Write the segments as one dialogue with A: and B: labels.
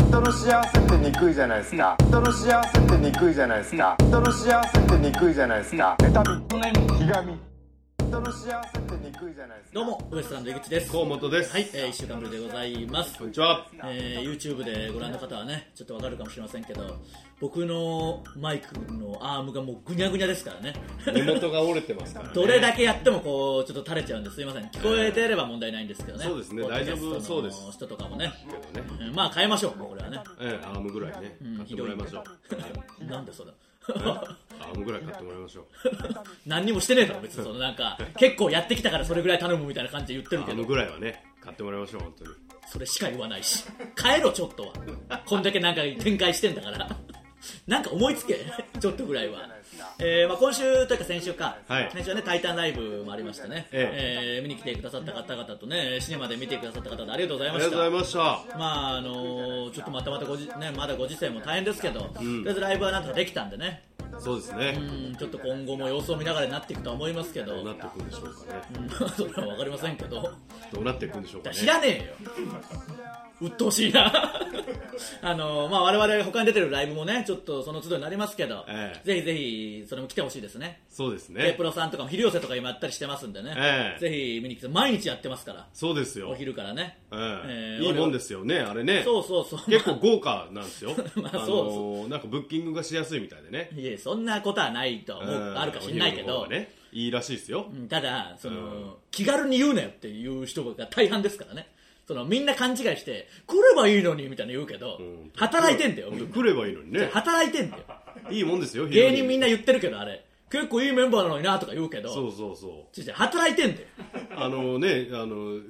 A: 人の幸せってにくいじゃないですか人の幸せってにくいじゃないですか人の幸せってにくいじゃないですか妬みひがみ人の幸せってにくいじゃないですか
B: どうも、ウエストランド井口です。
C: 河本です
B: はい、えー、一週間ぶりでございます。こん
C: にちは
B: えー、YouTube でご覧の方はね、ちょっとわかるかもしれませんけど、僕のマイクのアームがもうぐにゃぐにゃですからね。
C: 根元が折れてますから、ね、
B: どれだけやってもこう、ちょっと垂れちゃうんです。すいません。聞こえてれば問題ないんですけどね。
C: そうですね
B: ポッドキャストの
C: 大丈夫そうです
B: 人とかもね。
C: けどね、
B: うんまあ変えましょう、もうこれはね。
C: ええ、アームぐらいね、買ってもらいましょう、
B: なんでそれ。
C: アームぐらい買ってもらいましょう、
B: 何にもしてねえだろ、別にそのなんか、結構やってきたからそれぐらい頼むみたいな感じで言ってる
C: ア
B: け
C: ー
B: ど
C: ム。ぐらいはね、買ってもらいましょう、本当に。
B: それしか言わないし帰ろちょっとはこんだけなんか展開してんだからなんか思いつけちょっとぐらいは、えーまあ、今週というか先週か、
C: はい
B: 先週はね「タイタンライブ」もありましたね、え
C: え
B: ー見に来てくださった方々とねシネマで見てくださった方々ありがとうござい
C: あ
B: ま
C: り
B: し
C: がとう
B: た
C: ございました。
B: まああのーちょっとまたまたごじ、ね、まだご時世も大変ですけど、とりあえずライブはなんとかできたんでね
C: そうですね
B: う、んちょっと今後も様子を見ながらになっていくとは思いますけ
C: ど
B: ど
C: うなっていくんでしょうかね、
B: うん それは分かりませんけど
C: どうなっていくんでしょうかね
B: 知。らねえよ鬱陶しいな あのまあ我々他に出てるライブもねちょっとその都度になりますけど、
C: ええ
B: ぜひぜひそれも来てほしいですね
C: そうです
B: K
C: ね
B: プ。ロさんとかも昼寄せとか今やったりしてますんでね、
C: ええ
B: ぜひ見に来て毎日やってますから
C: そうです
B: お
C: よ。
B: 昼からね、
C: え
B: えー
C: え、いいもんですよね、あれね。
B: そうそうそう。
C: 結構豪華なんですよ
B: まあ
C: のー
B: そう
C: なんかブッキングがしやすいみたいでね。
B: いやそんなことはないとは思う、
C: うん
B: あるかしんないけ
C: お昼の
B: ど、
C: 方がね、いいらしいですよ
B: う。んただその、気軽に言うなよっていう人が大半ですからねそのみんな勘違いして来ればいいのにみたいな言うけど、
C: ん
B: 働いてんだよ、
C: 来ればいい のにね。
B: 働いてんだよ
C: いいもんですよ、
B: 芸人みん
C: な。
B: な言ってるけどあれ結構いいメンバーなのになとか言うけど
C: そうそうそう。
B: 違う違う働いてんだよ
C: あのね、あの、う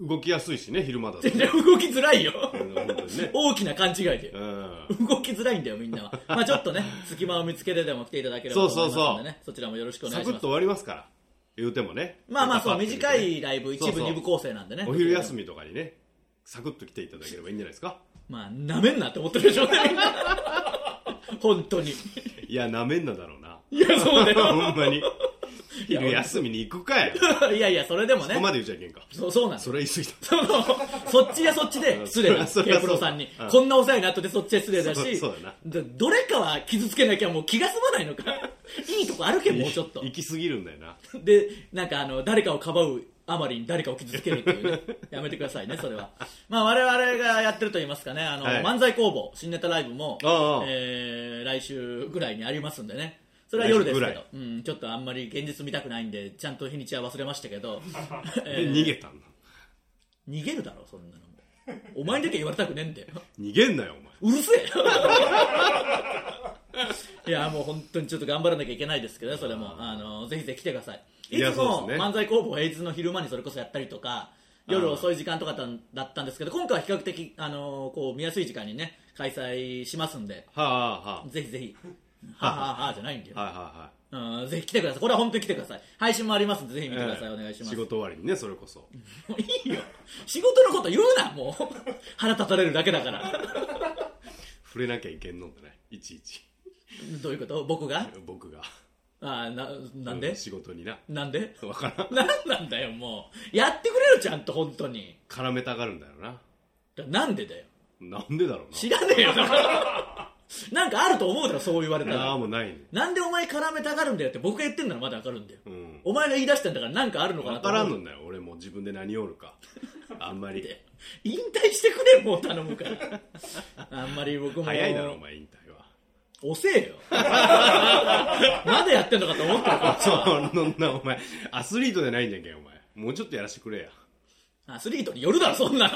C: 動きやすいしね、昼間だと
B: 全。然動きづらいよ
C: うん本当にね
B: 大きな勘違いで
C: うん。
B: 動きづらいんだよみんなはまあちょっとね隙間を見つけてでも来ていただければと思いますのでねそちらもよろしくお願い
C: サク
B: し
C: ッ
B: ま
C: と
B: す
C: 終わりますから言うてもね
B: まあまあそ
C: パ
B: う
C: パッと
B: 短いライブ一
C: そう
B: 部
C: そう
B: 二部構成なんでね
C: お昼休みとかにねサクッと来ていただければいいんじゃないですか
B: まあなめんなって思ってるでしょうねみんな 本当に
C: いやなめんなだろうない
B: やそうだ
C: ほんま
B: よ
C: に昼休みに行くかや
B: いやいやそれでも
C: そこ
B: ね
C: まで言っちゃいけんか
B: そうそうなんです
C: それは言い過ぎた
B: その そっちでそっちで失礼だ、
C: そ
B: K
C: りゃそ
B: プ
C: うだ
B: ロさんに
C: う、ん
B: こんなお世話になっててそっちで失礼だし、
C: そうそう だ
B: どどれかは傷つけなきゃもう気が済まないの か、いいとこあるけん、もうちょっと
C: 行、き過ぎるんだよな
B: でなんかあの誰かをかばうあまりに誰かを傷つけるっていうね、やめてくださいね、それ は。まあ我々がやってると言いますかね、あの
C: はい
B: 漫才工房、新ネタライブも
C: ああ、
B: えー来週ぐらいにありますんでね。それは夜ですけ
C: 来週
B: ど、うん、ちょっとあんまり現実見たくないんで、ちゃんと日にちは忘れましたけ ど、
C: で逃げたんだ
B: 逃げるだろそんなのもお前にだけ言われたくねえんだよ
C: 逃げんなよお前
B: うるせえ いやもう本当にちょっと頑張らなきゃいけないですけどねそれもあのぜひぜひ来てくださいい
C: いや
B: つも
C: そうですね
B: 漫才工房平日の昼間にそれこそやったりとか夜遅い時間とかだだったんですけど今回は比較的あのこう見やすい時間にね開催しますんで
C: はあは
B: ぜひぜ ひはあはあはあじゃないんだよ
C: あ、はいはいは
B: うん、ぜひ来てくださいこれは本当に来てください配信もありますんでぜひ
C: い
B: 見てください、
C: ええ
B: お願いします
C: 仕事終わりにねそれこそ
B: もういいよ仕事のこと言うなもう腹立たれるだけだから
C: 触れなきゃいけんのんだねいちいち
B: どういうこと僕が
C: 僕が
B: あーななんで
C: う仕事にな
B: なんで
C: 分からん
B: なんなんだよもうやってくれよちゃんと本当に
C: 絡めたがるんだよな
B: なんでだよ
C: なんでだろうな
B: 知らねえよだからなんかあると思うだろそう言われた
C: ああ
B: ら
C: もうないね
B: なんでお前絡めたがるんだよって僕が言ってんならまだわかるんだよ、
C: うん
B: お前が言い出したんだからなんかあるのかな
C: 分
B: と
C: か
B: 思う
C: らんのだよ俺も自分で何おるかあんまり
B: って引退してくれもう頼むからあんまり僕も
C: 早いだろお前引退は
B: 遅えよ まだやってんのかと思ってるから
C: そんなお前アスリートじゃないんじゃんけんお前もうちょっとやらしてくれや
B: アスリートによるだろそんな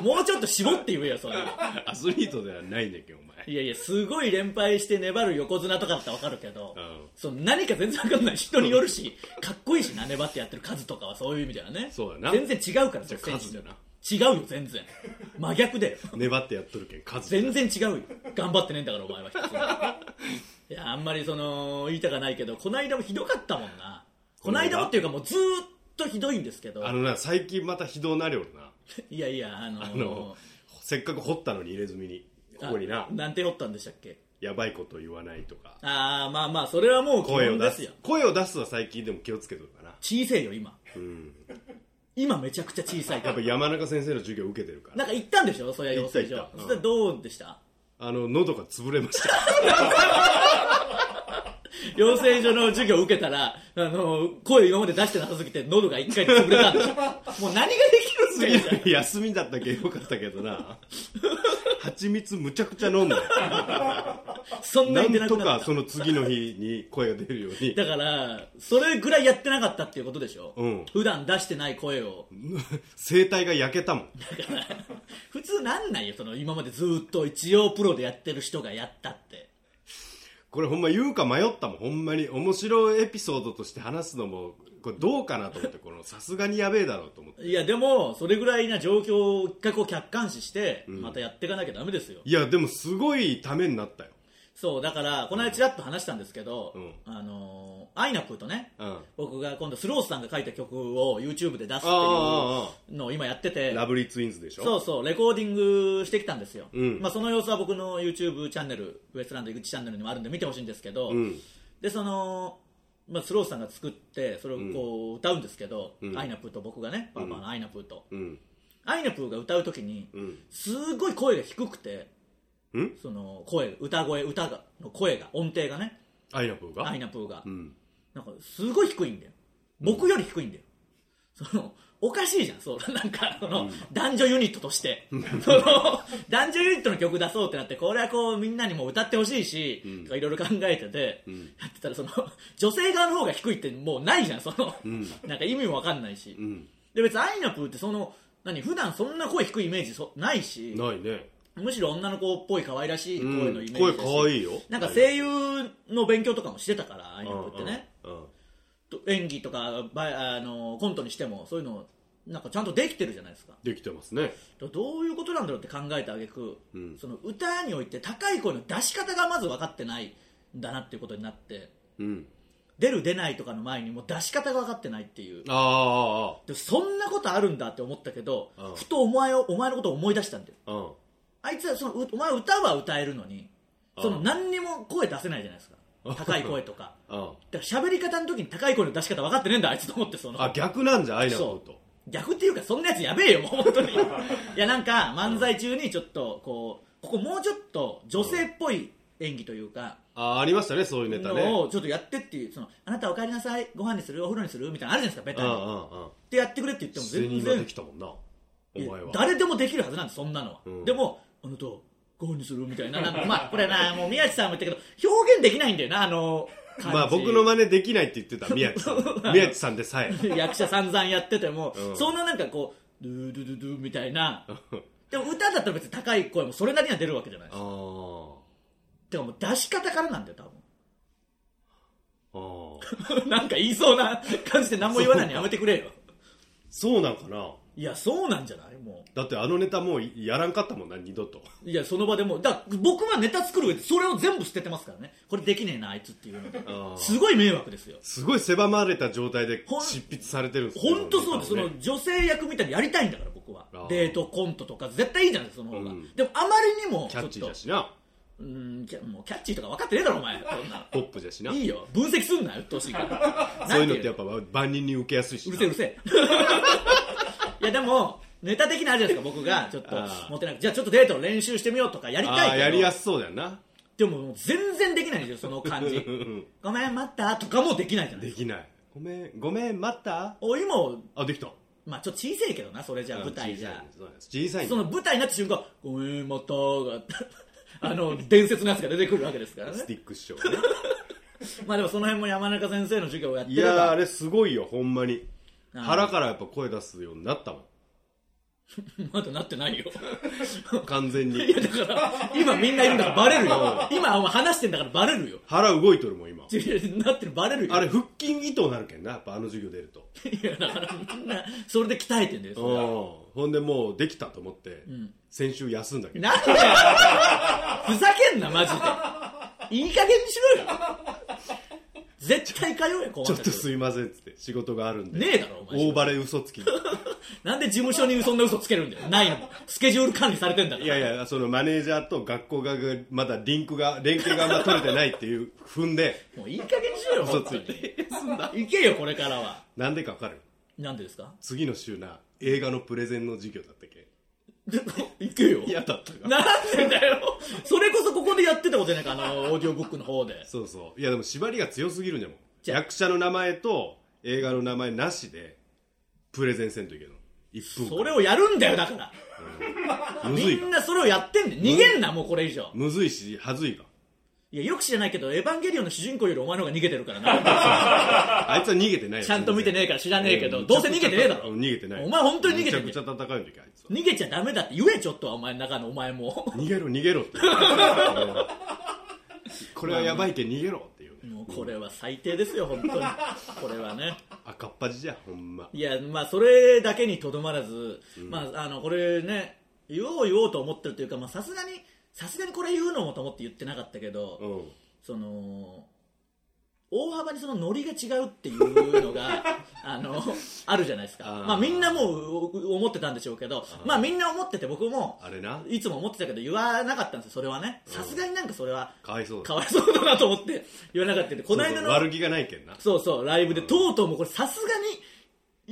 B: のもうちょっと絞って言えよそんなの
C: アスリートではないんじゃんけんお前
B: いやいやすごい連敗して粘る横綱とかだったら分かるけど、
C: うん
B: その何か全然分かんない人によるしかっこいいしな粘ってやってる数とかはそういう意味ではね
C: そうだな
B: 全然違うからその
C: じゃあ数
B: 選手
C: だな
B: 違うよ全然真逆だよ
C: 粘ってやっとるけん数
B: 全然違うよ頑張ってねえんだからお前は一つもいやあんまりその言いたかないけどこの間もひどかったもんなこの間もっていうかもうずーっとひどいんですけど
C: あのな最近また非道なりおるない
B: やいやあのー
C: あのせっかく掘ったのに入れ墨にここにな
B: あなんておったんでしたっけ
C: やばいこと言わないとか
B: ああまあまあそれはもう基
C: 声を
B: 本
C: 出
B: です
C: す
B: よ
C: 声を出すは最近でも気をつけとるかな
B: 小せえよ今
C: うん
B: 今めちゃくちゃ小さいか
C: や
B: ら
C: っぱ山中先生の授業受けてるから
B: なんか行ったんでしょそりゃ養成所
C: 行った行った
B: そしたらどうでした
C: あの喉が潰れました
B: 養成所の授業を受けたら、あの、声今まで出してなさすぎて、喉が一回潰れたん でしょ。もう何ができるんすかみたい
C: 休みだったけどよかったけどな蜂蜜むちゃくちゃ飲んだよ
B: なそんな
C: な
B: に出なんく
C: と
B: なっ
C: か
B: た。
C: その次の日に声が出るように
B: だから、それぐらいやってなかったっていうことでしょ。
C: うん
B: 普段出してない声を。
C: 声帯が焼けたもん
B: 普通なんないよ、その今までずっと一応プロでやってる人がやったって。
C: これほんま言うか迷ったもんほんまに面白いエピソードとして話すのもこれどうかなと思ってこのさすがにやべえだろうと思って
B: いや、でも、それぐらいな状況を一回こう客観視して、またやっていかなきゃダメですよ。
C: いやでもすごいためになったよ
B: そう、だから、この間ちらっと話したんですけど、
C: うん
B: あのーアイナップとね、
C: うん
B: 僕が今度スロースさんが書いた曲を YouTube で出すってい
C: ああああ
B: うのを今やってて
C: ラブリーツインズでしょ
B: そうそうレコーディングしてきたんですよ、
C: うん
B: まあ、その様子は僕の YouTube チャンネルウエストランド井口チャンネルにもあるんで見てほしいんですけど、
C: うん
B: でその、まあ、スロースさんが作ってそれをこう歌うんですけど、
C: うん
B: アイナプーと僕がねパーパーのアイナプーと、
C: うん
B: アイナプーが歌う時に
C: うん
B: すごい声が低くて
C: ん
B: その声歌声歌がの声が音程がね
C: アイナプーが
B: アイナプーが
C: う、ん
B: なんかすごい低いんだよ僕より低いんだよ、そのおかしいじゃんそう なんかその、男女ユニットとしてその男女ユニットの曲出そうってなってこれはこうみんなにも歌ってほしいし、とかいろいろ考えてて、やってたらその女性側の方が低いってもうないじゃんその、なんか意味もわかんないし、
C: ん
B: で別にアイナプーってその何普段そんな声低いイメージそないし
C: ないね
B: むしろ女の子っぽい可愛らしい声のイメージだし、
C: うん声可愛いよ
B: なんか声優の勉強とかもしてたからアイナプーってね、
C: うんうん
B: と演技とかばあのコントにしてもそういうのなんかちゃんとできてるじゃないですか
C: できてますね
B: だからどういうことなんだろうって考えたあげく
C: うん
B: その歌において高い声の出し方がまず分かってないんだなっていうことになって
C: うん
B: 出る出ないとかの前にもう出し方が分かってないっていう
C: ああ
B: でそんなことあるんだって思ったけど
C: うん
B: ふとお前をお前のことを思い出したんだよ
C: あああ
B: あいつはそのうお前歌は歌えるのにその
C: うん
B: 何にも声出せないじゃないですか
C: うん
B: 高い声と か
C: うんうん
B: だから喋り方の時に高い声の出し方分かってねえんだあいつと思ってその
C: あ逆なんじゃアイナプーと
B: 逆っていうかそんなやつやべえよもう本 当にいやなんか漫才中にちょっとこうここもうちょっと女性っぽい演技というか、
C: あありましたねそういうネタね
B: のをちょっとやってっていうそのあなたお帰りなさいご飯にするお風呂にするみたいなのあるじゃないです
C: う
B: かベ
C: んう
B: タ
C: ん
B: にっ
C: うん
B: てやってくれって言っても
C: 全
B: 全
C: 員がで
B: 然
C: きたもんなお
B: いや
C: 前は
B: 誰でもできるはずなんですそんなのは、
C: うん
B: でもあなたご飯にするみたいななんかまあこれなもう宮地さんも言ったけど表現できないんだよなあの感じ
C: まあ僕の真似できないって言ってた宮地さ ん宮地さんでさえ
B: 役者散々やってても、
C: うん
B: そんななんかこうドゥドゥドゥドゥみたい なでも歌だったら別に高い声もそれなりには出るわけじゃない
C: あ
B: ですか
C: ー
B: てかもう出し方からなんだよ
C: あー
B: 多分 なんか言いそうな感じで何も言わないのやめてくれよ
C: そうなんかない
B: やそうなんじゃないも
C: だってあのネタもうやらんかったもんな二度と
B: ういやその場でもうだから僕はネタ作る上でそれを全部捨ててますからねこれできねえなあいつっていうので
C: あー
B: すごい迷惑ですよ
C: すごい狭まれた状態で
B: ほん
C: 執筆されてるんですね
B: 本当そうです、そ
C: のネ
B: の女性役みたいにやりたいんだから僕は
C: あー
B: デートコントとか絶対いいじゃないですかその方が、
C: うん
B: でもあまりにも
C: タをねキ
B: ち
C: ャッチー
B: ょっ
C: だ
B: と
C: しな
B: うーんキャもうキャッチーとか分かってねえだろお 前そんな
C: ポップじゃしない
B: いよ分析すんなよ鬱陶しいから
C: そういうのってや
B: なん
C: っぱ万人に受けやすいしな
B: ていううるせえうる せえいやでもネタ的なあるじゃないですか僕がちょっと
C: あー
B: モテなくじゃあちょっとデートの練習してみようとかやりたい
C: あ
B: け
C: あ
B: ど
C: やりやすそうだよな
B: でももう全然できないんですよその感じごめん待ったとかもできないじゃない
C: で
B: ですか
C: きないごめんごめん待った
B: お今も、
C: あできた
B: まあ、ちょっと小さいけどなそれじゃあ舞台じゃ
C: 小さいそうなんです小さいんだ
B: その舞台になった瞬間「ごめん待った」が あの伝説のやつが出てくるわけですからね
C: スティック師 匠がね
B: まあでもその辺も山中先生の授業をやって
C: い
B: れば
C: やーあれすごいよほんまに
B: あー
C: 腹からやっぱ声出すようになったも
B: まだなってないよ
C: ん完全
B: い
C: に
B: やだから今みんないるんだからバレる よ今お前話してんだからバレるよ
C: 腹動いとるもん今
B: いやなってるバレるよ
C: あれ腹筋糸になるけんなやっぱあの授業出ると
B: いやだからみんなそれで鍛えてんだよそれは
C: うんほんでもうできたと思って、先週休んだけど
B: なんだよ ふざけんなマジでいい加減にしろよ絶対通えよこ
C: ちょっと
B: い
C: すいませんっつって仕事があるんで
B: ねえだろお前
C: 大バレ嘘つきい
B: なんで事務所にそんな嘘つけるんだよないのスケジュール管理されてんだから
C: やいやそのマネージャーと学校側がまだリンクが連携があんま取れてないっていう踏んで
B: もういい加減にしろよ
C: 嘘
B: 本
C: つ
B: 当
C: い
B: にいけよこれからは
C: なんでかわかる
B: なんでですか
C: 次の週な映画のプレゼンの授業だったっけ
B: で行くよ
C: 嫌だったか
B: なんでだよそれこそここでやってたことじゃないかあのオーディオブックの方で
C: そうそういやでも縛りが強すぎるんじゃもん
B: じゃあ
C: 役者の名前と映画の名前なしでプレゼンせんといけんの1分間
B: それをやるんだよだから
C: むず
B: み
C: いか
B: んなそれをやってんねん逃げんなもうこれ以上
C: むずいしはずいか
B: いやよく知らないけどエヴァンゲリオンの主人公よりお前の方が逃げてるからな
C: あいつは逃げてないよ
B: ちゃんと見てねえから知らねえけど
C: うん
B: どうせ逃げてねえだろ
C: うん逃げてない
B: お前本当に逃げてねえ
C: めちゃくちゃ戦うんだけどあいつは
B: 逃げちゃダメだって言えちょっとはお前の中のお前も
C: 逃げろ逃げろって言ううんこれはやばいけん逃げろっていうね
B: もうこれは最低ですよ本当にこれはね
C: 赤っ端じゃほんま
B: いやまあそれだけにとどまらず、まああのこれね言おう言おうと思ってるというかまあさすがにさすがにこれ言うのもと思って言ってなかったけど、
C: うん
B: その大幅にそのノリが違うっていうの があのあるじゃないですか
C: あー
B: まあ、みんなもうう思ってたんでしょうけどまあみんな思ってて僕も
C: あれない
B: つも思ってたけど言わなかったんですよそれはねさすがになんかそれは
C: かわいそうだ
B: かわいそうだなと思って言わなかったけどこの間
C: そう
B: の
C: そう悪気がないけんな
B: そうそう、ライブで、とうとうもうこれさすが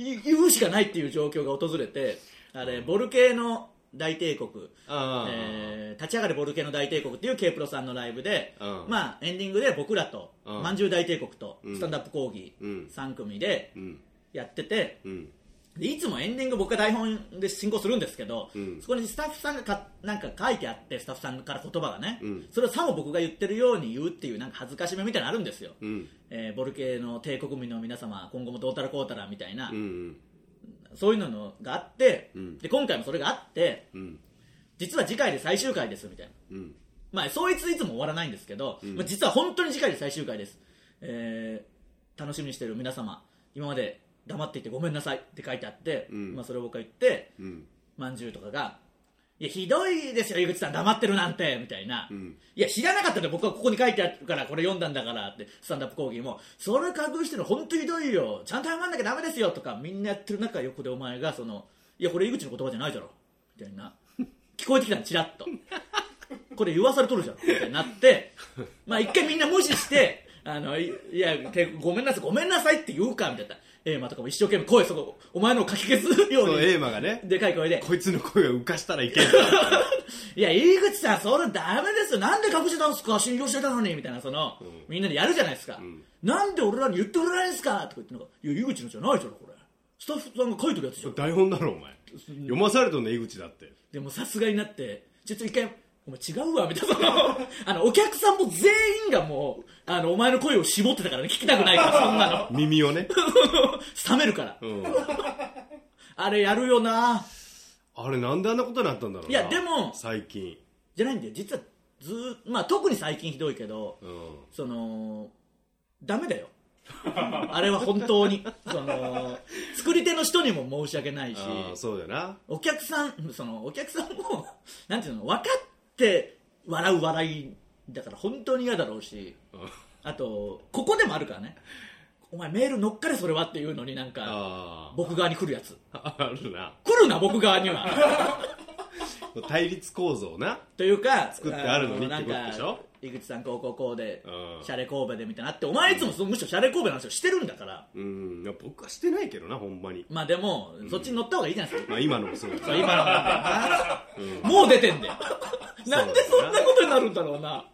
B: にい言うしかないっていう状況が訪れて、あれ、ボルケーノ大帝国、
C: ああ、
B: えー立ち上がれボルケーノ大帝国っていう K プロさんのライブで、
C: うん
B: まあエンディングで僕らと、
C: うん
B: まんじゅう大帝国と
C: ん
B: スタンダップ講義
C: うん
B: 3組で
C: うん
B: やってて、
C: うん
B: でいつもエンディング僕が台本で進行するんですけど、
C: うん
B: そこにスタッフさんがかなんか書いてあってスタッフさんから言葉がね、
C: うん
B: それをさも僕が言ってるように言うっていうなんか恥ずかしめみたいなのあるんですよ、
C: うん
B: えーボルケの帝国民の皆様今後もどうたらこうたらみたいな、
C: うんうん
B: そういうののがあって、
C: うん
B: で今回もそれがあって
C: うん
B: 実は次回で最終回ですみたいな、
C: うん
B: まあ、そいついつも終わらないんですけど、まあ、実は本当に次回で最終回です、えー楽しみにしてる皆様今まで黙っていてごめんなさいって書いてあって、
C: ん
B: まあ、それを僕が言って
C: うん
B: まんじゅうとかが「いやひどいですよ井口さん黙ってるなんて」みたいな「
C: ん
B: いや知らなかったで僕はここに書いてあるからこれ読んだんだから」ってスタンダップ講義も「それ確認してるの本当ひどいよちゃんと謝んなきゃダメですよ」とかみんなやってる中横でお前がその「いやこれ井口の言葉じゃないだろ」みたいな聞こえてきたのチラッとこれ言わされとるじゃんみたいになってまあ一回みんな無視してあのいいやてごめんなさいごめんなさいって言うかみたいなエーマとかも一生懸命声そこお前のをかき消すように
C: そうエーマがね
B: でかい声で
C: こいつの声を浮かしたらいけん
B: いや、井口さん、それダメですよ。なんで隠してたんですか信用してたのに。みたいな、その、みんなでやるじゃないですか。なんで俺らに言ってくれないんですかとか言って、なんか、いや、井口のじゃないじゃん、これ。スタッフさんが書いてるやつじゃん。
C: 台本だろお前読まされとんね井口だって
B: でもさすがになって、ちょっと一回、お前違うわ、みたいな。そ の、あの、お客さんも全員がもう、あの、お前の声を絞ってたからね、聞きたくないから、そんなの。
C: 耳をね、
B: 冷めるから。
C: うん、
B: あれやるよな
C: あれなんであんなことになったんだろうない
B: やでも
C: 最近
B: じゃないんだよ。実は、ずーまあ、特に最近ひどいけど、
C: うん
B: そのダメだよ あれは本当にその作り手の人にも申し訳ないし
C: ああそうだよな
B: お客さんそのお客さんも なんていうの分かって笑う笑いだから本当に嫌だろうしあとここでもあるからねお前メール乗っかれそれはっていうのになんか
C: あ
B: 僕側に来るやつ
C: ああるな
B: 来るな僕側に は
C: 対立構造な
B: というか
C: 作ってあるのにってこと
B: あなんか
C: でしょ
B: 井口さんこうこうこうで
C: うん
B: シャレ神戸でみたいなのあってお前いつもそうむしろシャレ神戸の話をしてるんだから
C: うんいや僕はしてないけどなほんまに
B: まあでも、そっちに乗った方がいいじゃないですか。
C: まあ今のもそうだ
B: そう今のなんだよな。もう出てんだよ。なんでそんなことになるんだろうな。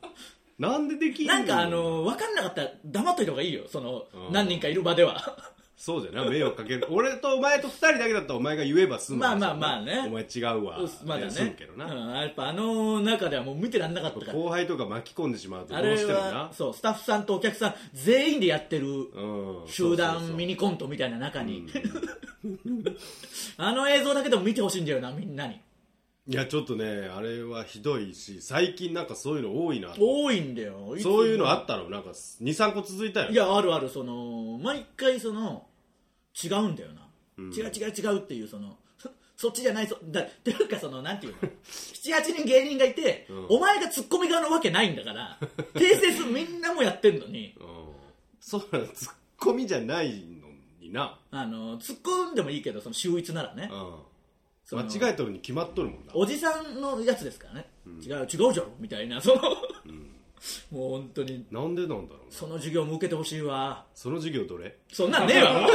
C: なんでできん
B: なんかあの、分かんなかったら黙っといた方がいいよ。その
C: う、ん
B: 何人かいる場では。
C: そうじゃな迷惑かける俺とお前と二人だけだったらお前が言えば済む話だよな
B: まあまあまあね
C: お前違うわ
B: まだ
C: いや
B: ね。
C: 済むけどな、
B: うん、やっぱあの中ではもう見てらんなかったから。
C: 後輩とか巻き込んでしまうとど
B: あ
C: うし
B: れ
C: ても
B: は
C: な、
B: そう、スタッフさんとお客さん全員でやってる
C: うん
B: 集
C: そうそうそ
B: 団
C: う
B: ミニコントみたいな中に。 あの映像だけでも見てほしいんだよな、みんなに。
C: いやちょっとねあれはひどいし最近なんかそういうの多いな
B: 多いんだよ。つも
C: そういうのあったのなんか23個続いたよ
B: いやあるあるその毎回その違うんだよな、違う違う違うっていうそのそそっちじゃないそだというかそのなんて いうの78人芸人がいて、お前がツッコミ側のわけないんだから 訂正するみんなもやってんのに
C: うんそうなのツッコミじゃないのにな、
B: あの突っ込んでもいいけどその秀逸ならね、
C: う
B: その
C: ん、間違えとるに決まっとるもんな
B: おじさんのやつですからね、違う違うじゃんみたいなその、もう本当に
C: なんでなんだろうな
B: その授業も受けてほしいわ
C: その授業どれ
B: そんなんねえわ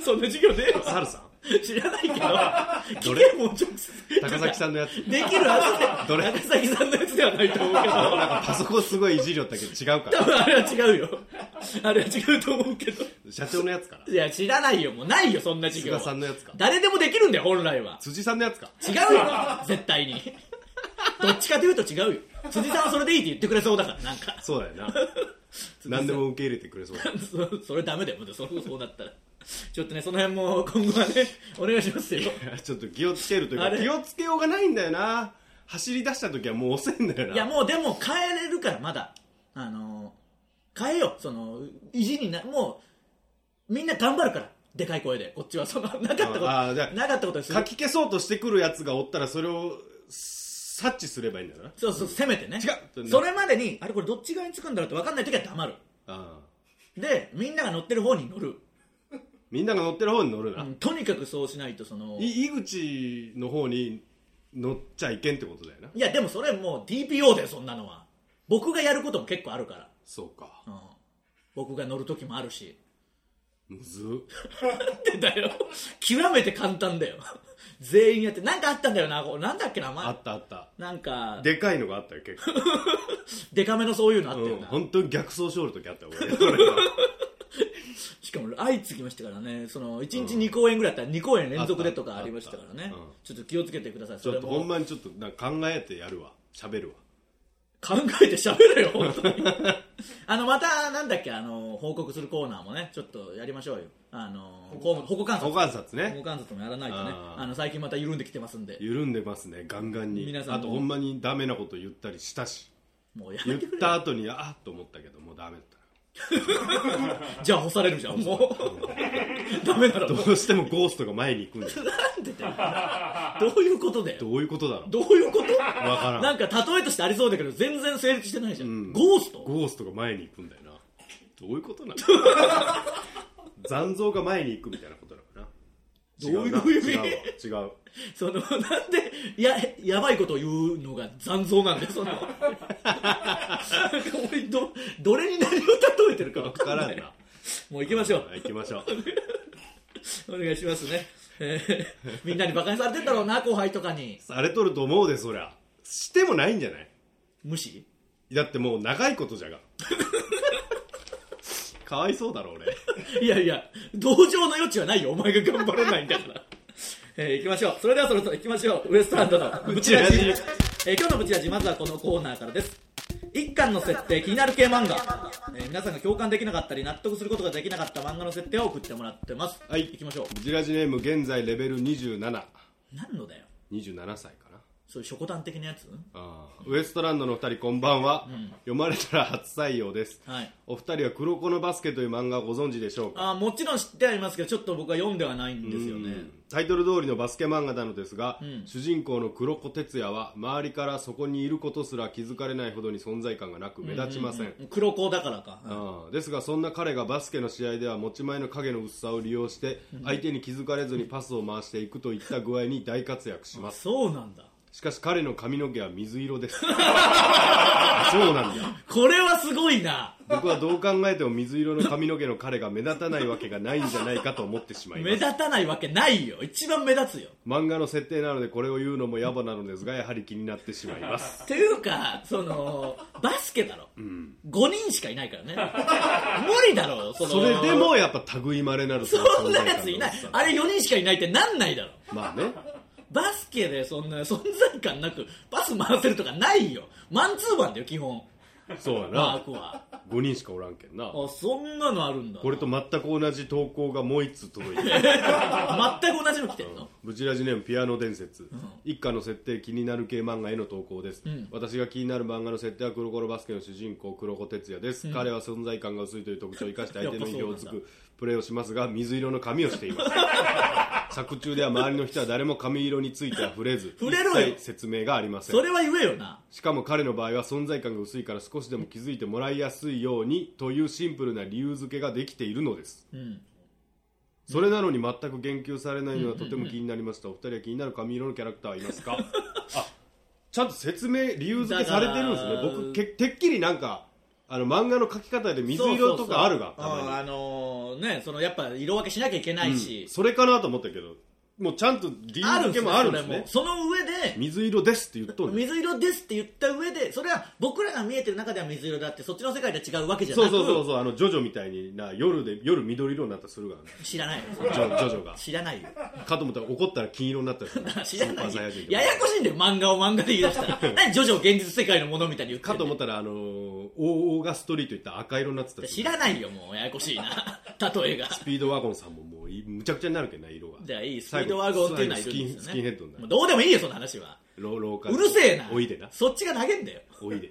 B: そそんな授業ねえわ
C: サルさん
B: 知らないけど
C: ど
B: 聞
C: れ
B: けもう直接
C: 高崎さんのやつ
B: できるはず
C: ど
B: で
C: れ
B: 高崎さんのやつではないと思うけど
C: なんかパソコンすごいいじりよったけど違うか
B: 多分あれは違うよあれは違うと思うけど
C: ら社長のやつから
B: いや知らないよもうないよそんな授業は
C: 菅さんのやつか
B: 誰でもできるんだよ本来は
C: 辻さんのやつか
B: 違うよ絶対にどっちかというと違うよ辻さんはそれでいいって言ってくれそうだからなんか
C: そうだよ な何でも受け入れてくれそうだ
B: そそれダメだよ、そそうだったら。ちょっとね、その辺も今後はね、お願いしますよ。
C: ちょっと気をつけるという
B: あ
C: か
B: れ
C: 気をつけようがないんだよな走り出した時はもう遅いんだよない
B: や、もうでも変えれるから、まだ。あのー、変えよう。その、意地にな、もう、みんな頑張るから。でかい声で。こっちは、その、なかったこと、
C: あーじゃあ
B: なかったことにす
C: か
B: る。
C: き消そうとしてくるやつがおったらそれを察知すればいいんだよな
B: そうそう、せめてね。
C: 違う
B: それまでに、あれこれどっち側につくんだろうって分かんない時は黙る。
C: ああ
B: で、みんなが乗ってる方に乗る。
C: みんなが乗ってる方に乗るな、
B: うんとにかくそうしないと、その、い
C: い井口の方に乗っちゃいけんってことだよな
B: や、でもそれもう DPO だよ、そんなのは。僕がやることも結構あるから。
C: そうか
B: うん、僕が乗る時もあるし
C: むずっ
B: なんでだよ極めて簡単だよ全員やってなんかあったんだよなこうなんだっけな
C: あ
B: 前
C: ったあった
B: なんかで
C: でかいのがあったよ結 構、
B: かめのそういうのあった
C: う
B: よ
C: ん、
B: な、
C: 本当に逆走しおる時あったよ俺 俺は
B: しかも相次ぎましたからねその1日2公演ぐらいだったら2公演連続でとかありましたから
C: あっ
B: ね
C: たあったうん
B: ちょっと気をつけてください
C: ち
B: そ
C: ょ
B: れ
C: っとほん
B: も
C: まにちょっとなんか考えてやるわ喋るわ
B: 考えて喋れよ本当に あのまたなんだっけあの報告するコーナーもねちょっとやりましょうよあの保護観察
C: 股関節
B: 保護
C: ね
B: 観察もやらないとね
C: あー
B: あの最近また緩んできてますんで
C: 緩んでますねガンガンに
B: 皆さんも
C: あとほんまにダメなこと言ったりした し
B: もうやめ
C: 言って
B: くれよ
C: た後にあっと思ったけどもうダメだっ
B: じゃあ干されるじゃん、もう。 ダメだろ、
C: た
B: もう
C: どうしてもゴーストが前に行くん だよ
B: なんでだよ。どういうことだよ。
C: どういうことだろう
B: どういう こと
C: わからん
B: なんか例えとしてありそうだけど、全然成立してないじゃん。ゴースト
C: ゴーストが前に行くんだよなどういうことなの 残像が前に行くみたいなことなのかな
B: どういう意味
C: 違うな違うわ違う
B: その、なんで、や、やばいことを言うのが残像なんだよ、その。なんか俺、ど、どれに何を例えてるかわ
C: 分か
B: からら
C: ん
B: な。
C: ない
B: もう行きましょう。
C: 行きましょう
B: お願いしますね。えーみんなに馬鹿にされてんだろうな、後輩とかに。
C: されとると思うでそりゃしてもないんじゃない
B: 無視
C: だってもう長いことじ ゃがかわいそうだろ俺
B: いやいや、同情の余地はないよ。お前が頑張れないんだから。 えー行きましょう。それではそろそろ行きましょう。ウエストランド のブチラジ。えー今日のブチラジ、まずはこのコーナーからです。一巻の設定、気になる系漫画。えー皆さんが共感できなかったり、納得することができなかった漫画の設定を送ってもらってます。
C: はい
B: 行きましょう。
C: ジラジネーム現在レベル2727
B: 何のだよ。
C: 歳かな
B: そういう初段的なやつ
C: あーウエストランドのお二人こんばんは、読まれたら初採用です、
B: はい
C: お二人は「黒子のバスケ」という漫画をご存知でしょうか
B: あーもちろん知ってありますけど、ちょっと僕は読んではないんですよね。
C: タイトル通りのバスケ漫画なのですが、主人公の黒子哲也は周りからそこにいることすら気づかれないほどに存在感がなく目立ちません、
B: 黒子だからか。
C: ああですがそんな彼がバスケの試合では持ち前の影の薄さを利用して相手に気づかれずにパスを回していくといった具合に大活躍します
B: そうなんだ。
C: しかし彼の髪の毛は水 色ですそうなんだ
B: これはすごいな。
C: 僕はどう考えても水色の髪の毛の彼が目立たないわけがないんじゃないかと思ってしまいま
B: 目
C: す
B: 立たないわけないよ一番目立つよ
C: 漫画の設定なのでこれを言うのも野暮なのですがやはり気になってしまいます
B: っていうかそのバスケだろ、5人しかいない からね無理だろ その
C: それでもやっぱ類まれなるそ
B: そんなやついないあれ4人しかいないってなんないだろ
C: まあね
B: バスケでそんな存在感なくパス回せるとかないよマンツーマンだよ基本
C: そうや
B: マー
C: な
B: クは
C: 5人しかおらんけんな
B: あそんなのあるんだ
C: これと全く同じ投稿がもう一通届いてる
B: 全く同じの来てんの
C: ブチラジネームピアノ伝説、一家の設定気になる系漫画への投稿です、私が気になる漫画の設定は黒子のバスケの主人公黒子哲也です、彼は存在感が薄いという特徴を生かして相手の意表をつ
B: やっぱそうなん
C: くプレーをしますが水色の髪をしています 作中では周りの人は誰も髪色については触れず
B: 触れろよ
C: 一切説明がありません
B: それは言えよな
C: しかも彼の場合は存在感が薄いから少しでも気づいてもらいやすいようにというシンプルな理由付けができているのです、それなのに全く言及されないのはとても気になりました、お二人は気になる髪色のキャラクターはいます かあちゃんと説明理由付けされてるんですね
B: だから
C: 僕けてっきりなんかあの漫画の描き方で水色とかあるが
B: そうそうそううんあのーねそのやっぱ色分けしなきゃいけな
C: たま
B: い
C: に、う
B: し
C: ん、それかなと思ったけどもうちゃんと理由付けもあるんですね
B: それもその上で
C: 水色ですって言っとんねん
B: 水色ですって言った上でそれは僕らが見えてる中では水色だってそっちの世界では違うわけじゃな
C: そ
B: く
C: うそうそうそうあのジョジョみたいにな夜で夜緑色になったりするからね
B: 知らないよ
C: ジ ョジョジョが
B: 知らないよ
C: かと思ったら怒ったら金色になったりす る
B: 知らない
C: スーパーサイヤ
B: よ
C: 人とか
B: ややこしいんだよ漫画を漫画で言い出した ら何ジョジョを現実世界のものみたいに言って
C: か
B: ん
C: と
B: の
C: 思ったらあのーオーガストリートいったら赤色になってたりす
B: 知
C: る
B: らないよもうややこしい な例えが
C: スピードワゴンさんももういむちゃくちゃになるけどな色が
B: じゃあいいスピードワゴンっていうのはいるんですよね
C: スキンスキンヘッドにな
B: もう
C: る
B: どうでもいいよその話は
C: 老老化
B: うるせえな
C: おいでな
B: そっちが投げんだよ
C: おいで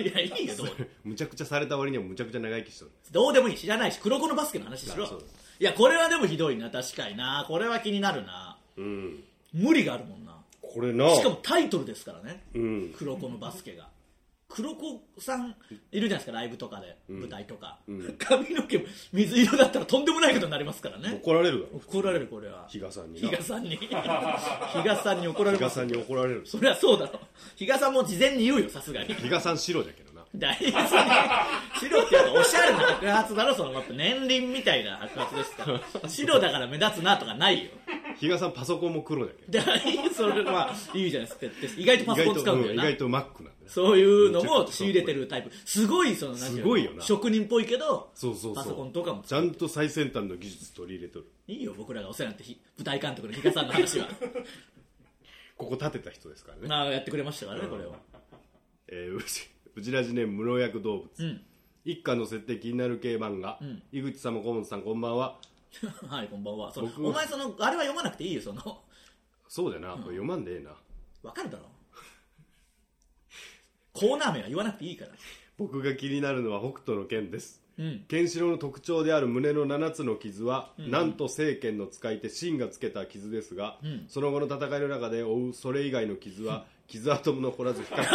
B: いやいいよどうでも
C: むちゃくちゃされた割にはむちゃくちゃ長生きしとる
B: どうでもいい知らないし黒子のバスケの話しろ
C: あそうだ
B: いやこれはでもひどいな確かになこれは気になるな
C: うん
B: 無理があるもんな
C: これな
B: しかもタイトルですからね
C: うん
B: 黒子のバスケが黒子さんいるじゃないですかライブとかで、舞台とか、髪の毛も水色だったらとんでもないことになりますからね
C: 怒られるだろ
B: 怒られるこれは
C: 比嘉さんに
B: 比
C: な
B: 嘉さん に比嘉さんに怒られ
C: 比嘉
B: ま
C: さ
B: す
C: んに怒られる
B: そりゃそうだろ比嘉さんも事前に言うよさすがに
C: 比嘉さん白じゃけどな
B: 大事に白っていうのはおしゃれな白髪だろそのやっぱ年輪みたいな白髪ですから白だから目立つなとかないよ
C: 比嘉さんパソコンも黒じゃけど
B: だからそれはいいじゃないですか意外とパソコン使うんだ
C: うん
B: よ
C: 意
B: な
C: 外とマックなんだよ
B: そういうのも仕入れてるタイプすごいそのなんてうの
C: すごいよな
B: 職人っぽいけど
C: そうそうそう
B: パソコンとかも
C: ちゃんと最先端の技術取り入れとる
B: いいよ僕らがお世話になってひ舞台監督の比嘉さんの話は
C: ここ立てた人ですからね
B: まあやってくれましたからねこれを
C: えーうちうちらじね室薬動物、
B: ん
C: 一家の設定気になる系漫画、
B: ん
C: 井口さんも河本さんこんばんは
B: はいこんばんはその
C: 僕は
B: お前そのあれは読まなくていいよその
C: そうだな、これ読まんでええな
B: わかるだろコーナー名は言わなくていいから
C: 僕が気になるのは北斗の剣です
B: うん
C: ケンシロウの特徴である胸の7つの傷は、なんと聖剣の使い手シンがつけた傷ですが、その後の戦いの中で負うそれ以外の傷は傷跡も残らず比 較的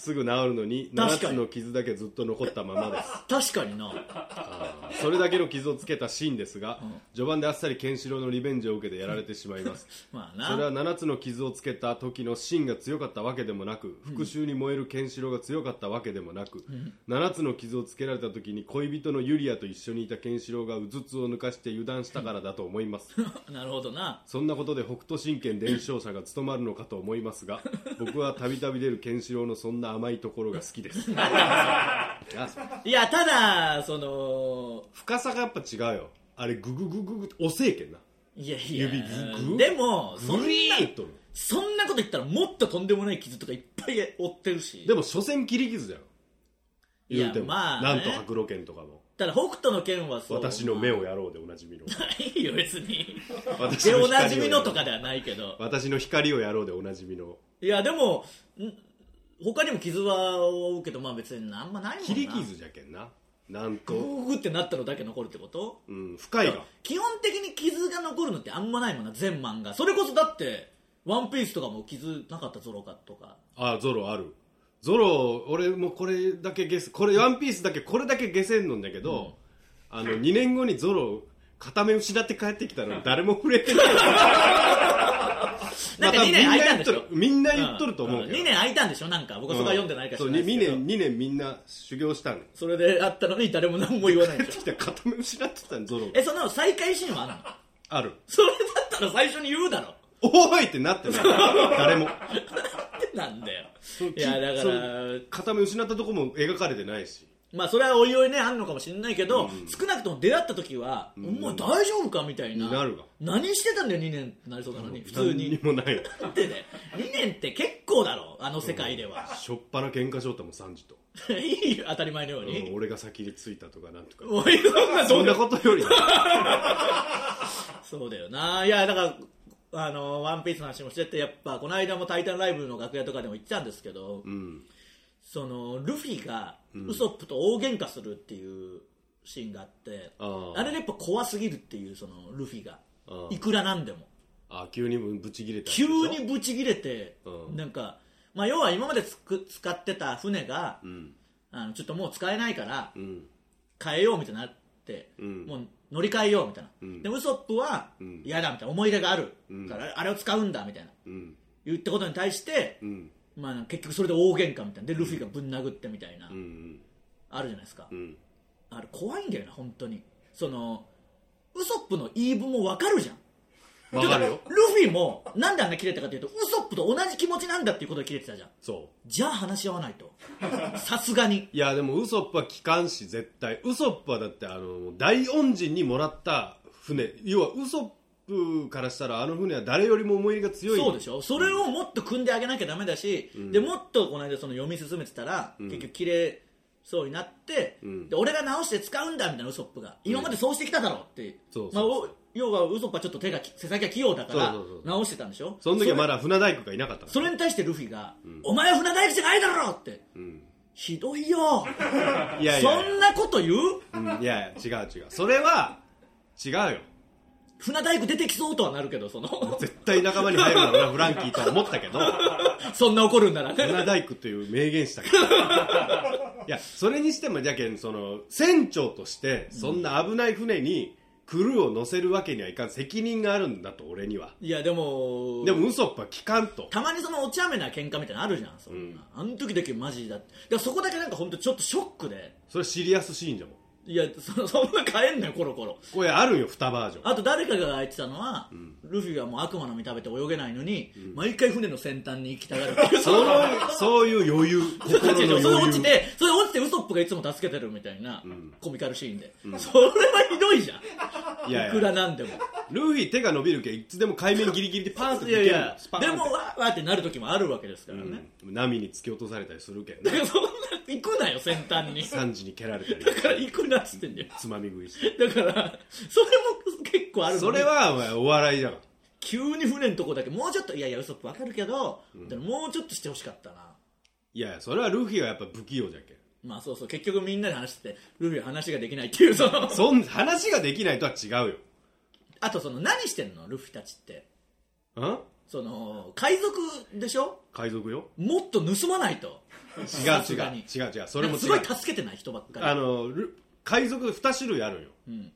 C: すぐ治るのに7
B: 確かに
C: つの傷だけずっと残ったままです
B: 確かにな
C: それだけの傷をつけたシーンですが、序盤であっさりケンシロウのリベンジを受けてやられてしまいます
B: まあ
C: それ
B: な
C: は7つの傷をつけた時のシーンが強かったわけでもなく復讐に燃えるケンシロウが強かったわけでもなく、7つの傷をつけられた時に恋人のユリアと一緒にいたケンシロウがうずつを抜かして油断したからだと思います、
B: なるほどな
C: そんなことで北斗神拳伝承者が務まるのかと思いますが僕はたびたび出るケンシロウのそんな甘いところが好きですあそう
B: いやただその
C: 深さがやっぱ違うよあれグググググって遅えけんない
B: やいや
C: 指ぐぐ
B: でもそん
C: グ
B: な
C: リーンとる
B: そんなこと言ったらもっととんでもない傷とかいっぱい 負ってるし
C: でも所詮切り傷だよ
B: いや
C: 言うても、
B: まあ
C: な
B: ね
C: んと白露剣とかも
B: ただ北斗の剣はそう
C: 私の目をやろうでおなじみの
B: いいよ 別に
C: 私
B: で
C: の光をやろう
B: おなじみのとかではないけど
C: 私の光をやろうでおなじみの
B: いやでもん他にも傷は負うけどまあ別にあんまないもんな
C: 切り傷じゃけんななんと、
B: ググってなったのだけ残るってこと
C: うん、深いが
B: 基本的に傷が残るのってあんまないもんな全漫画それこそだって「ワンピースとかも傷なかったゾロかとか
C: あゾロあるゾロ俺もこれだけゲスこれワンピースだけこれだけゲセんのんだけど、あの2年後にゾロ片目失って帰ってきたのに誰も触れてない
B: なんか2年空いたんでしょ
C: みんな言っとると思うけど、
B: 2年空いたんでしょなんか僕はそこは読んでないか
C: そ
B: ら
C: う
B: 知らない
C: 2
B: ですけど
C: 年2年みんな修行し たの
B: それであったのに誰も何も言わないん でしょ
C: 来た片目失ってたんゾロが
B: えその再開シーンはなの
C: ある
B: それだったら最初に言うだろ
C: おーいってなってない誰も
B: ってなんだよ
C: う
B: いやだか
C: そ
B: ら
C: う片目失ったとこも描かれてないし
B: まあそれはおいおいねあんのかもしれないけど、少なくとも出会った時は、もう大丈夫かみたいな
C: なるわ
B: 何してたんだよ2年ってなりそうなのに普通
C: 何に
B: に
C: もない
B: だってね2年って結構だろあの世界では、
C: しょっぱな喧嘩しよったもん3時と、
B: いいよ当たり前のよう
C: うん
B: に、
C: 俺が先に着いたとかなんとか
B: もういろんな
C: そんなことより
B: そうだよないやだからあのワンピースの話もしててやっぱこの間も「タイタンライブ」の楽屋とかでも言ってたんですけど、
C: うん
B: そのルフィがウソップと大喧嘩するっていうシーンがあって、
C: あー
B: あれがやっぱ怖すぎるっていうそのルフィが
C: あー
B: いくらなんでも
C: あ急にぶち切れた
B: 急にブチ切れて、
C: うん
B: なんか、まあ、要は今までつく使ってた船が、
C: うん
B: あのちょっともう使えないから
C: うん
B: 変えようみたいになって、
C: ん
B: もう乗り換えようみたいな、
C: ん
B: でウソップは
C: ん
B: 嫌だみたいな思い入れがあるから、あれを使うんだみたいな
C: うん
B: 言ったことに対して
C: う、ん
B: まあ、結局それで大喧嘩みたいなでルフィがぶん殴ってみたいな、
C: うん
B: あるじゃないですか、
C: うん
B: あれ怖いんだよな本当にそのウソップの言い分もわかるじゃん
C: わかるよ
B: ルフィもなんであんな切れたかというとウソップと同じ気持ちなんだっていうことで切れてたじゃん
C: そう
B: じゃあ話し合わない とさすがに
C: いやでもウソップは機関士絶対ウソップはだってあの大恩人にもらった船要はウソップからしたらあの船は誰よりも思い入れが強い
B: そうでしょそれをもっと組んであげなきゃダメだし、でもっとこの間その読み進めてたら、結局切れそうになって、
C: ん
B: で俺が直して使うんだみたいなウソップが今までそうしてきただろうって、
C: そう
B: ま
C: そ
B: あ
C: うそう
B: お要はウソップはちょっと手が手先が器用だから
C: そうそうそう
B: 直してたんでしょ
C: その時はま
B: れ
C: だ船大工がいなかったから
B: それに対してルフィが「お前は船大工じゃないだろ!」って、ひどいよ
C: いやいやい
B: そんなこと言う
C: や、うんいやいや違う違うそれは違うよ
B: 船大工出てきそうとはなるけどその
C: 絶対仲間に入るだろうなフランキーとは思ったけど
B: そんな怒るんならね
C: 船大工という名 言したからいやそれにしてもじゃけんその船長としてそんな危ない船にクルーを乗せるわけにはいかん責任があるんだと俺に はい
B: やでも
C: でもウソップは聞かんと
B: たまにそのお茶目な喧嘩みたいなのあるじゃんそんな、あの時だけマジだってだからそこだけなんか本当ちょっとショックで
C: それシリアスシーンじゃもん
B: いやそそんな変えんのよ コロコロ
C: これあるんよ2バージョン
B: あと誰かが言ってたのは、ルフィはもう悪魔の実食べて泳げないのに、毎回船の先端に行きたがるっていう
C: そのそういう余裕心
B: それ
C: の
B: それ落
C: 余
B: ち
C: 裕
B: てそれ落ちてウソップがいつも助けてるみたいな、コミカルシーンで、それはひどいじゃん
C: いや
B: い
C: い
B: くら
C: や
B: なん でも
C: ルフィ手が伸びるけいつでも海面ギリギリでパーンって
B: いやいや
C: スパーン
B: で
C: って
B: もわーわーってなる時もあるわけですからね、
C: うん波に突き落とされたりする けん
B: だ
C: ね
B: からそんな行くなよ先端に
C: 3時に蹴られたり
B: だから行くなっつってんだよ
C: つまみ食いして
B: だからそれも結構あるの
C: それはお前お笑いじゃん
B: 急に船のとこだけもうちょっといやいや嘘っぽわかるけど、でももうちょっとしてほしかったない
C: やいやそれはルフィはやっぱ不器用じゃけん
B: まあそうそう結局みんなで話しててルフィは話ができないっていうその
C: そん話ができないとは違う
B: あとその何してんのルフィたちって
C: よん
B: その海賊でしょ
C: 海賊よ
B: もっと盗まないと
C: 違
B: さ
C: う
B: す
C: 違
B: がに
C: う違う違うそれも
B: なんかす
C: 違
B: ご
C: う
B: い助けてない人ばっかり
C: あのル海賊2種類あるんよ、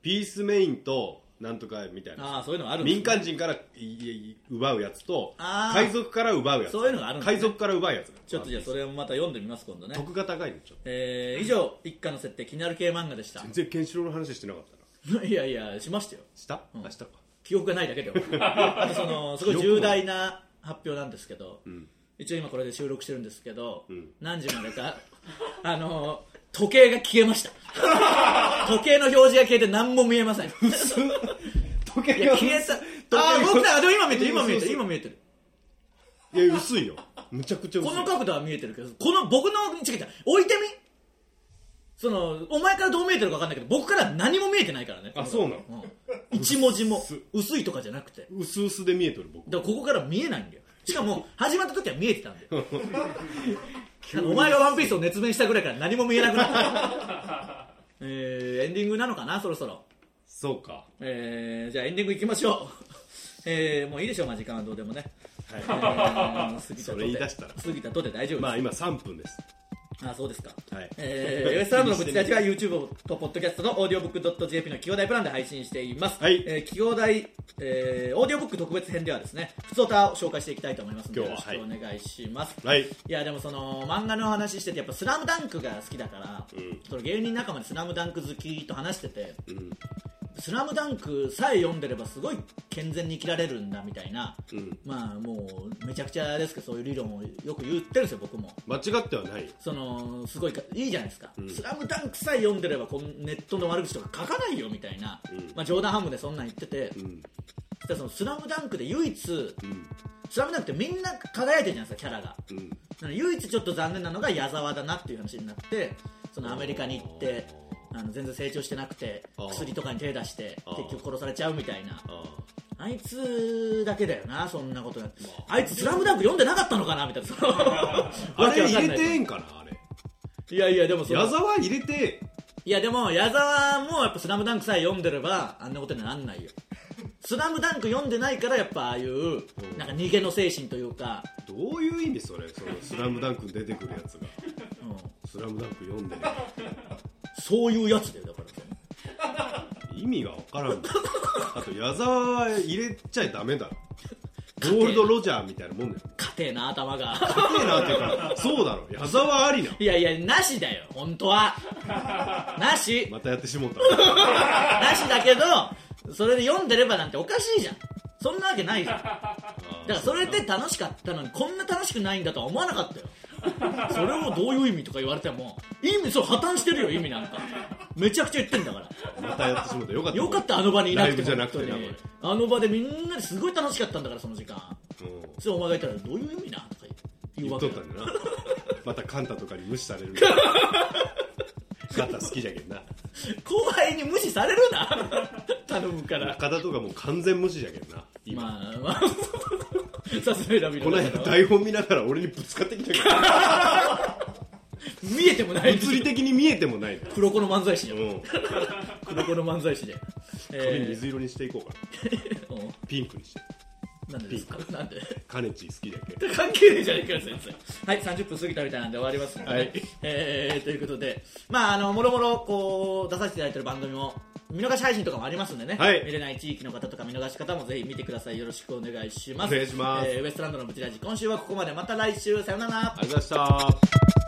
C: ピースメインとなんとかみたいな
B: ああそういうのがあるんです
C: 民間人からいい奪うやつと
B: あー
C: 海賊から奪うやつ
B: そういうのがあるんですね
C: 海賊から奪うやつ
B: ちょっとじゃあそれもまた読んでみます今度ね
C: 得が高いのちょっと
B: えー、以上一家の設定気になる系漫画でした
C: 全然ケンシロウの話してなかったな い
B: やいやしましたよ
C: した、あしたか
B: 記憶がないだけで あとそのすごい重大な発表なんですけど、一応今これで収録してるんですけど、何時までか あの時計が消え ました時計の表示が消えて何も見えませんい
C: 時
B: や消えたああ僕らでも今見えてる今見えてる今見えてる
C: いや薄いよむちゃくちゃ薄い
B: この角度は見えてるけどこの僕の違う違う置いてみそのお前からどう見えてるか分かんないけど僕から何も見えてないからね
C: あそうなの
B: うん一文字も薄いとかじゃなくて
C: 薄々で見えとる僕
B: だからここから見えないんだよしかも始まった時は見えてたんだ よなんかお前が「ワンピースを熱弁したぐらいから何も見えなくなった、 えーエンディングなのかなそろそろ、
C: そうか
B: えーじゃあエンディングいきましょうえーもういいでしょう、まあ、時間はどうでもね、え ー過ぎたとて
C: それ言い出したら
B: 過ぎたとて大丈夫です、
C: まあ今3分です
B: あそうですか、
C: はい
B: えーウエストランドのブチラジは YouTube と Podcast と audiobook.jp の企業大プランで配信しています、
C: はい
B: えー企業大、えー、オーディオブック特別編ではですね普通歌を紹介していきたいと思いますのでよ
C: 今
B: ろし
C: 日
B: く
C: は
B: お願いします、
C: はい
B: いやでもその漫画の話しててやっぱ「スラムダンクが好きだから、その芸人仲間で「スラムダンク好きと話してて「スラムダンクさえ読んでればすごい健全に生きられるんだみたいな、まあもうめちゃくちゃですけどそういう理論をよく言ってるんですよ僕も
C: 間違ってはない
B: そのすごいかいいじゃないですか「スラムダンクさえ読んでればこのネットの悪口とか書かないよみたいな、まあ、冗談半分でそんなん言ってて、そしたらその「スラムダンクで唯一、スラムダンクってみんな輝いてるじゃないですかキャラが、なので唯一ちょっと残念なのが矢沢だなっていう話になってそのアメリカに行ってあの全然成長してなくて
C: あー
B: 薬とかに手出して
C: あー
B: 結局殺されちゃうみたいな
C: あ
B: あいつだけだよなそんなことやってあいつ「スラムダンク読んでなかったのかなみたいなその
C: あ
B: わけ
C: れ
B: わかん
C: 入
B: な
C: れ
B: い
C: てえんかなあれ
B: いやいやでもその
C: 矢沢入れて
B: いやでも矢沢もやっぱ「スラムダンクさえ読んでればあんなことにはなんないよ「スラムダンク読んでないからやっぱああいうなんか逃げの精神というか、
C: どういう意味それそのスラムダンクに出てくるやつが
B: うん、
C: スラムダンク読んでる
B: そういうやつだよだから
C: 意味がわからんあと矢沢は入れちゃダメだろゴールド・ロジャーみたいなもんだよ
B: か硬えな頭が
C: いいなって言うからそうだろ矢沢ありない
B: やいやなしだよ本当はなし
C: またやってしもった
B: なしだけどそれで読んでればなんておかしいじゃんそんなわけないじゃんだからそれで楽しかったのにこんな楽しくないんだとは思わなかったよそれをどういう意味とか言われても意味それ破綻してるよ意味なんかめちゃくちゃ言ってんだから
C: またやってしもったよかった
B: よかったあの場にいなく
C: ライブ
B: て
C: じゃなくて
B: 本
C: なこ
B: 当
C: れ
B: にあの場でみんなですごい楽しかったんだからその時間
C: うん
B: それお前が言ったらどういう意味なとか言う
C: 言
B: わ
C: っ
B: け
C: と
B: だ
C: ったんだ なまたカンタとかに無視さ れるカンタ好きじゃけんな
B: 後輩に無視される な頼むから
C: 中田とかもう完全無視じゃけんな今、
B: まあま あさすがにラビ
C: この
B: ー
C: 間
B: の
C: 台本見ながら俺にぶつかってきたけ ど
B: 見えてもない
C: 物理的に見えても ないな
B: 黒子の漫才師じゃ
C: うんん
B: 黒子の漫才師で
C: 髪
B: え
C: 水色にしていこうかな
B: ーうん
C: ピンクにして
B: なんでですかなんで
C: カネチー好きだけ
B: 関係ねえじゃねえかよ先生はい30分過ぎたみたいなんで終わりますので、
C: はい
B: えーということでまああのもろもろこう出させていただいてる番組も見逃し配信とかもありますんでね、
C: はい
B: 見れない地域の方とか見逃し方もぜひ見てくださいよろしくお願いします
C: お願いします
B: えーウエストランドのブチラジ今週はここまでまた来週さよなら
C: ありがとうございました